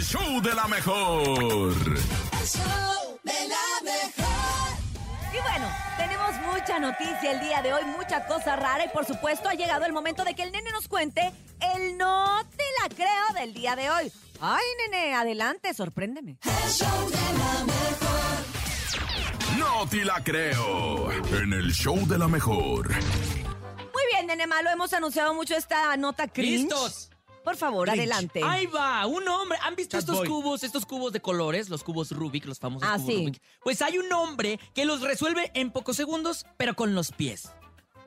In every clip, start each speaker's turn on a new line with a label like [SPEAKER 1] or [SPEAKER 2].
[SPEAKER 1] show de la mejor.
[SPEAKER 2] El show de la mejor.
[SPEAKER 3] Y bueno, tenemos mucha noticia el día de hoy, mucha cosa rara y por supuesto ha llegado el momento de que el nene nos cuente el no te la creo del día de hoy. Ay, nene, adelante, sorpréndeme.
[SPEAKER 2] El show de la mejor.
[SPEAKER 1] No te la creo. En el show de la mejor.
[SPEAKER 3] Muy bien, nene malo, hemos anunciado mucho esta nota cringe.
[SPEAKER 4] ¡Listos!
[SPEAKER 3] Por favor,
[SPEAKER 4] Cringe.
[SPEAKER 3] adelante.
[SPEAKER 4] Ahí va, un hombre. ¿Han visto estos
[SPEAKER 5] Catboy.
[SPEAKER 4] cubos, estos cubos de colores, los cubos Rubik, los famosos
[SPEAKER 3] Ah,
[SPEAKER 4] cubos
[SPEAKER 3] sí.
[SPEAKER 4] Rubik? Pues hay un hombre que los resuelve en pocos segundos, pero con los pies.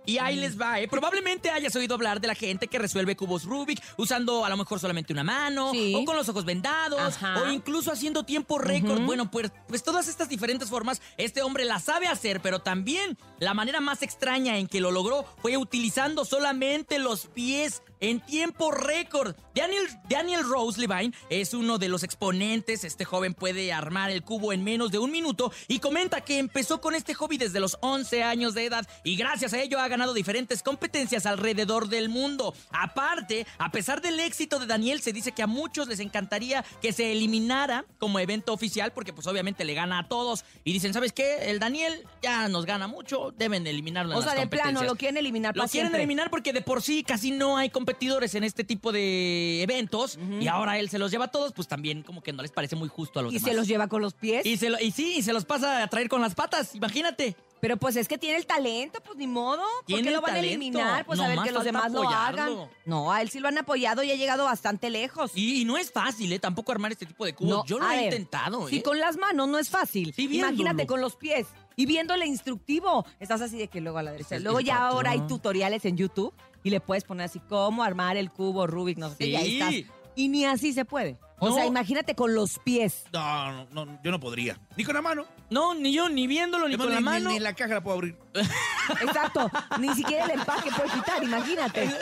[SPEAKER 4] Y
[SPEAKER 3] Mm.
[SPEAKER 4] ahí les va, ¿eh? Probablemente hayas oído hablar de la gente que resuelve cubos Rubik usando a lo mejor solamente una mano,
[SPEAKER 3] Sí.
[SPEAKER 4] o con los ojos vendados,
[SPEAKER 3] Ajá.
[SPEAKER 4] o incluso haciendo tiempo récord.
[SPEAKER 3] Ujú.
[SPEAKER 4] Bueno, pues, pues todas estas diferentes formas, este hombre las sabe hacer, pero también la manera más extraña en que lo logró fue utilizando solamente los pies en tiempo récord. Daniel, Daniel Rose Levine es uno de los exponentes. Este joven puede armar el cubo en menos de un minuto y comenta que empezó con este hobby desde los 11 años de edad y gracias a ello ha ganado diferentes competencias alrededor del mundo. Aparte, a pesar del éxito de Daniel, se dice que a muchos les encantaría que se eliminara como evento oficial porque pues obviamente le gana a todos y dicen, ¿sabes qué? El Daniel ya nos gana mucho, deben eliminarlo. en
[SPEAKER 3] o sea,
[SPEAKER 4] las
[SPEAKER 3] de plano,
[SPEAKER 4] competencias".
[SPEAKER 3] lo quieren eliminar
[SPEAKER 4] Lo
[SPEAKER 3] para
[SPEAKER 4] quieren
[SPEAKER 3] siempre.
[SPEAKER 4] eliminar porque de por sí casi no hay competidores en este tipo de eventos y ahora él se los lleva a todos, pues también como que no les parece muy justo a los
[SPEAKER 3] Y
[SPEAKER 4] demás.
[SPEAKER 3] se los lleva con los pies.
[SPEAKER 4] y, se lo- y sí, y se los pasa a traer con las patas, imagínate.
[SPEAKER 3] Pero pues es que tiene el talento, pues ni modo. ¿Por qué
[SPEAKER 4] Tiene
[SPEAKER 3] lo van a
[SPEAKER 4] talento.
[SPEAKER 3] eliminar? Pues a ver
[SPEAKER 4] Nomás
[SPEAKER 3] que los
[SPEAKER 4] falta
[SPEAKER 3] demás lo hagan.
[SPEAKER 4] apoyarlo.
[SPEAKER 3] No, a él sí lo han apoyado y ha llegado bastante lejos.
[SPEAKER 4] Y, y no es fácil, ¿eh? Tampoco armar este tipo de cubos.
[SPEAKER 3] No,
[SPEAKER 4] Yo lo
[SPEAKER 3] a
[SPEAKER 4] he
[SPEAKER 3] ver,
[SPEAKER 4] intentado, ¿eh?
[SPEAKER 3] Si con las manos no es fácil.
[SPEAKER 4] Sí, viéndolo.
[SPEAKER 3] Imagínate con los pies y viéndole instructivo. Estás así de que luego a la derecha.
[SPEAKER 4] Es el
[SPEAKER 3] luego ya
[SPEAKER 4] patrón.
[SPEAKER 3] ahora hay tutoriales en YouTube y le puedes poner así cómo armar el cubo Rubik, no sé qué, y ahí
[SPEAKER 4] Sí.
[SPEAKER 3] estás. Y ni así se puede. O
[SPEAKER 4] No.
[SPEAKER 3] sea, imagínate con los pies.
[SPEAKER 5] No, no, no, yo no podría. Ni con la mano.
[SPEAKER 4] No, ni yo, ni viéndolo, ni
[SPEAKER 5] Además,
[SPEAKER 4] con la mano.
[SPEAKER 5] Ni, la caja la puedo abrir.
[SPEAKER 3] Exacto. ni siquiera el empaque puede quitar, imagínate.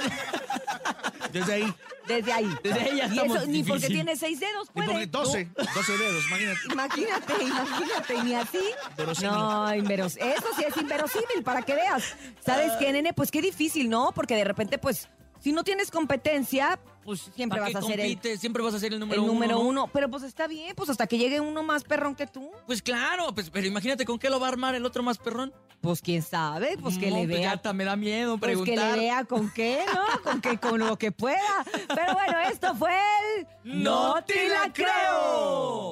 [SPEAKER 5] Desde ahí.
[SPEAKER 3] Desde ahí.
[SPEAKER 4] Desde ahí ya
[SPEAKER 3] y eso,
[SPEAKER 4] estamos
[SPEAKER 3] ni porque
[SPEAKER 4] difícil.
[SPEAKER 3] tiene seis dedos
[SPEAKER 5] Ni
[SPEAKER 3] puede.
[SPEAKER 4] eh,
[SPEAKER 5] porque 12. 12 dedos, imagínate.
[SPEAKER 3] Imagínate, imagínate, ni así.
[SPEAKER 5] Verosímil.
[SPEAKER 3] No, inveros- eso sí es inverosímil, para que veas. ¿Sabes qué, nene? Pues qué difícil, ¿no? Porque de repente, pues, si no tienes competencia, pues siempre
[SPEAKER 4] ¿Para
[SPEAKER 3] vas
[SPEAKER 4] qué
[SPEAKER 3] a ser el,
[SPEAKER 4] compites? Siempre vas a ser el número
[SPEAKER 3] el número
[SPEAKER 4] uno. ¿no?
[SPEAKER 3] uno, Pero pues está bien, pues hasta que llegue uno más perrón que tú.
[SPEAKER 4] Pues claro, pues, pero imagínate con qué lo va a armar el otro más perrón.
[SPEAKER 3] Pues quién sabe, pues que
[SPEAKER 4] No,
[SPEAKER 3] le
[SPEAKER 4] pues ya
[SPEAKER 3] vea.
[SPEAKER 4] hasta me da miedo
[SPEAKER 3] Pues que
[SPEAKER 4] preguntar.
[SPEAKER 3] le vea con qué, ¿no? Con que con lo que pueda. Pero bueno, esto fue el
[SPEAKER 4] ¡No te la creo!